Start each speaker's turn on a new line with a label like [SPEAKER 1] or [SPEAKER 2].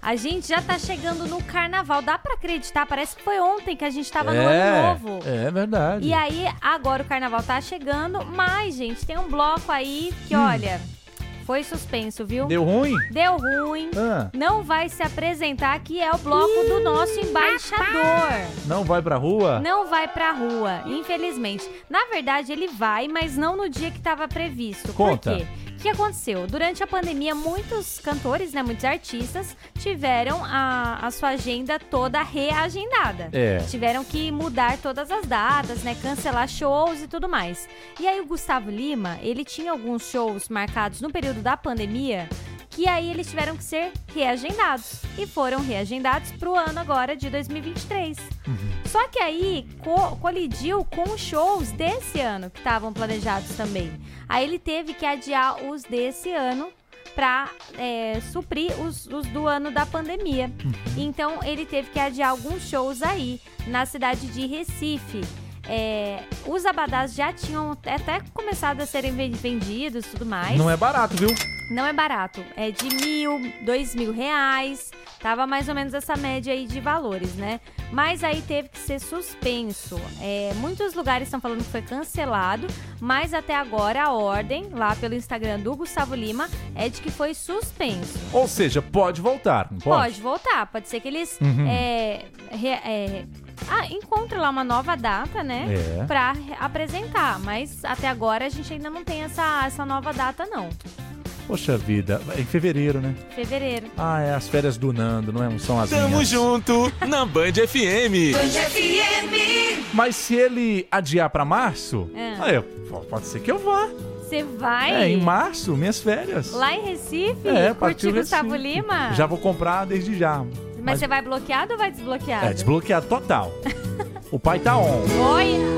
[SPEAKER 1] A gente já tá chegando no carnaval. Dá pra acreditar? Parece que foi ontem que a gente tava
[SPEAKER 2] é,
[SPEAKER 1] no ano novo.
[SPEAKER 2] é verdade.
[SPEAKER 1] E aí, agora o carnaval tá chegando, mas, gente, tem um bloco aí que, olha, foi suspenso, viu?
[SPEAKER 2] Deu ruim?
[SPEAKER 1] Deu ruim.
[SPEAKER 2] Ah,
[SPEAKER 1] Não vai se apresentar, que é o bloco do nosso embaixador.
[SPEAKER 2] não vai pra rua?
[SPEAKER 1] Não vai pra rua, infelizmente. Na verdade, ele vai, mas não no dia que estava previsto.
[SPEAKER 2] Conta.
[SPEAKER 1] Por quê? O que aconteceu? Durante a pandemia, muitos cantores, né, muitos artistas, tiveram a, a sua agenda toda reagendada.
[SPEAKER 2] É.
[SPEAKER 1] Tiveram que mudar todas as datas, né, cancelar shows e tudo mais. E aí o Gustavo Lima, ele tinha alguns shows marcados no período da pandemia, que aí eles tiveram que ser reagendados. E foram reagendados pro ano agora de 2023. Só que aí co- colidiu com os shows desse ano que estavam planejados também. Aí ele teve que adiar os desse ano pra é, suprir os, os do ano da pandemia. Então ele teve que adiar alguns shows aí na cidade de Recife. É, os abadás já tinham até começado a serem ven- vendidos e tudo mais.
[SPEAKER 2] Não é barato, viu?
[SPEAKER 1] Não é barato. É de mil, dois mil reais. Tava mais ou menos essa média aí de valores, né? Mas aí teve que ser suspenso. É, muitos lugares estão falando que foi cancelado, mas até agora a ordem, lá pelo Instagram do Gustavo Lima, é de que foi suspenso.
[SPEAKER 2] Ou seja, pode voltar, não pode?
[SPEAKER 1] Pode voltar, pode ser que eles
[SPEAKER 2] Uhum.
[SPEAKER 1] é, re- é, ah, encontrem lá uma nova data, né?
[SPEAKER 2] É.
[SPEAKER 1] Pra re- apresentar. Mas até agora a gente ainda não tem essa, essa nova data, não.
[SPEAKER 2] Poxa vida, é em fevereiro, né?
[SPEAKER 1] Fevereiro.
[SPEAKER 2] Ah, é as férias do Nando, não é? são as
[SPEAKER 3] Tamo
[SPEAKER 2] minhas.
[SPEAKER 3] junto na Band FM.
[SPEAKER 2] Mas se ele adiar pra março,
[SPEAKER 1] É.
[SPEAKER 2] aí, pô, pode ser que eu vá.
[SPEAKER 1] Você vai
[SPEAKER 2] É, em março, minhas férias.
[SPEAKER 1] lá em Recife?
[SPEAKER 2] é,
[SPEAKER 1] curtir
[SPEAKER 2] partiu
[SPEAKER 1] Gustavo
[SPEAKER 2] Recife.
[SPEAKER 1] Lima? é
[SPEAKER 2] Já vou comprar desde já.
[SPEAKER 1] Mas, você vai bloqueado ou vai desbloqueado?
[SPEAKER 2] É, desbloqueado total. o pai tá on.
[SPEAKER 1] Oi!